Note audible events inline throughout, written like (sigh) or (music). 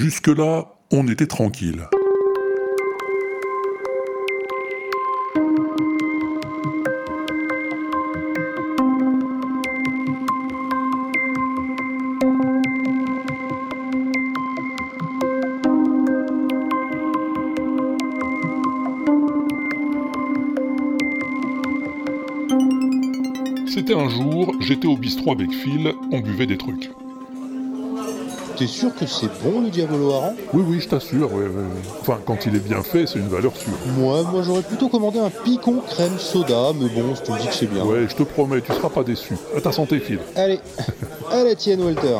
Jusque-là, on était tranquille. C'était un jour, j'étais au bistrot avec Phil, on buvait des trucs. T'es sûr que c'est bon le Diabolo Haran Oui, oui, je t'assure, ouais, ouais, ouais. Enfin, quand il est bien fait, c'est une valeur sûre. Moi, moi j'aurais plutôt commandé un picon crème soda, mais bon, si tu me dis que c'est bien. Ouais, je te promets, tu seras pas déçu. À ta santé, Phil. Allez, à la tienne, Walter.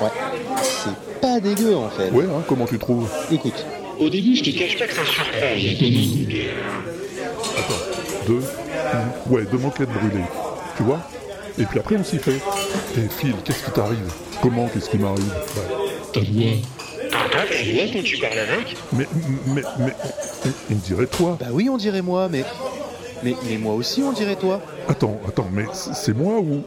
Ouais, c'est pas dégueu en fait. Ouais, hein, comment tu trouves Écoute, Au début, je te cache pas que ça surprend, il y a Denis. Attends, deux. une- Ouais, deux moquettes brûlées. Tu vois Et puis après, on s'y fait. Et Phil, qu'est-ce qui t'arrive Comment, qu'est-ce qui m'arrive Ouais. Ta voix. T'entends ta voix quand Ah, tu parles avec Mais, mais, mais, on- on dirait toi. bah oui, on dirait moi, mais. Mais, mais moi aussi, on dirait toi. Attends, attends, mais c'est c'est moi ou.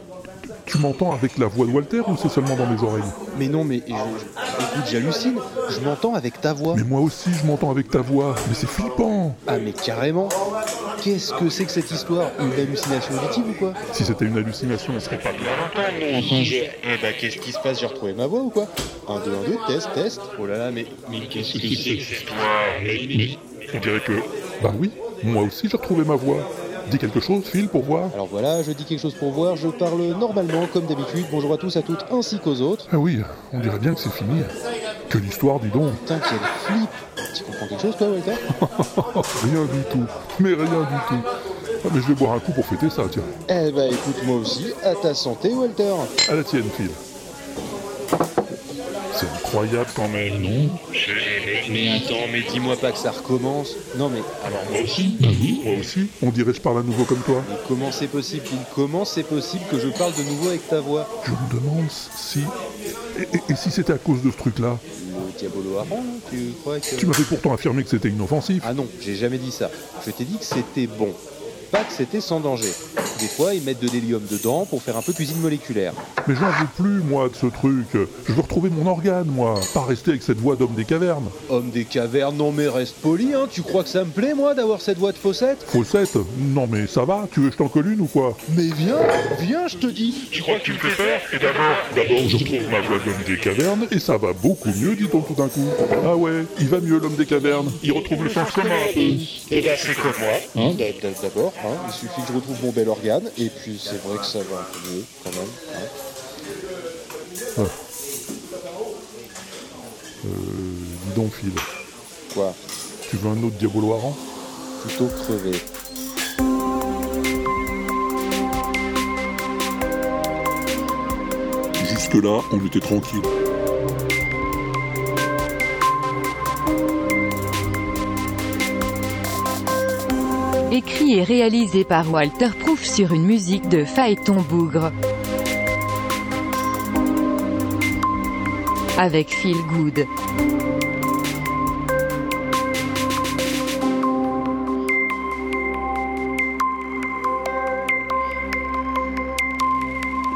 Tu m'entends avec la voix de Walter ou c'est seulement dans mes oreilles Mais non, mais je- je- écoute, j'hallucine. Je m'entends avec ta voix. Mais moi aussi, je m'entends avec ta voix. Mais c'est flippant Ah, mais carrément. Qu'est-ce que c'est que cette histoire Une hallucination auditive ou quoi Si c'était une hallucination, on serait pas là. Attends, non, enfin, je... Eh bah, qu'est-ce qui se passe J'ai retrouvé ma voix ou quoi 1, 2, 1, 2, test, test. Oh là là, mais. Mais qu'est-ce que c'est que cette histoire Mais- mais- On dirait que. Bah oui, moi aussi j'ai retrouvé ma voix. Dis quelque chose, Phil, pour voir. Alors voilà, je dis quelque chose pour voir, je parle normalement comme d'habitude. Bonjour à tous, à toutes, ainsi qu'aux autres. Ah oui, on dirait bien que c'est fini. Que l'histoire, dis donc. (laughs) Putain, quelle flip Tu comprends quelque chose, toi, Walter Rien du tout. Mais rien du tout. Ah, mais je vais boire un coup pour fêter ça, tiens. Eh bah, écoute, moi aussi, à ta santé, Walter À la tienne, Phil. C'est incroyable Bah quand même, non Je l'ai aimé. Mais attends, mais dis-moi Dis-moi pas que ça recommence. Non, mais alors, moi aussi. Bah oui, moi Moi aussi On dirait que je parle à nouveau comme toi. mais comment c'est possible, Phil Comment c'est possible que je parle de nouveau avec ta voix Je me demande si. Et, et- et si c'était à cause de ce truc-là Le diabolo harangue, tu crois que... Tu m'avais pourtant affirmé que c'était inoffensif. Ah non, j'ai jamais dit ça. Je t'ai dit que c'était bon. Pas que c'était sans danger. Des fois, ils mettent de l'hélium dedans pour faire un peu cuisine moléculaire. Mais j'en veux plus, moi, de ce truc. Je veux retrouver mon organe, moi. Pas rester avec cette voix d'homme des cavernes. Homme des cavernes, non mais reste poli, hein. Tu crois que ça me plaît, moi, d'avoir cette voix de faussette Faussette Non mais ça va, tu veux que je t'en colle une ou quoi Mais viens, viens, je te dis. Tu crois que tu me fais peur Et d'abord, d'abord je retrouve ma voix d'homme des cavernes et ça va beaucoup mieux, dit-on tout d'un coup. Ah ouais, il va mieux l'homme des cavernes, il retrouve le sens commun un peu. Et bah c'est comme moi. Hein D'a- d'a- D'abord, hein, il suffit que je retrouve mon bel organe, et puis c'est vrai que ça va un peu mieux, quand même. hein. Euh, dis donc Phil, Quoi tu veux un autre diabolo Aran Plutôt crever. Jusque-là, on était tranquille. Écrit et réalisé par Walter Proof sur une musique de Phaéton Bougre. Avec Phil Good.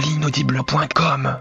l'inaudible.com.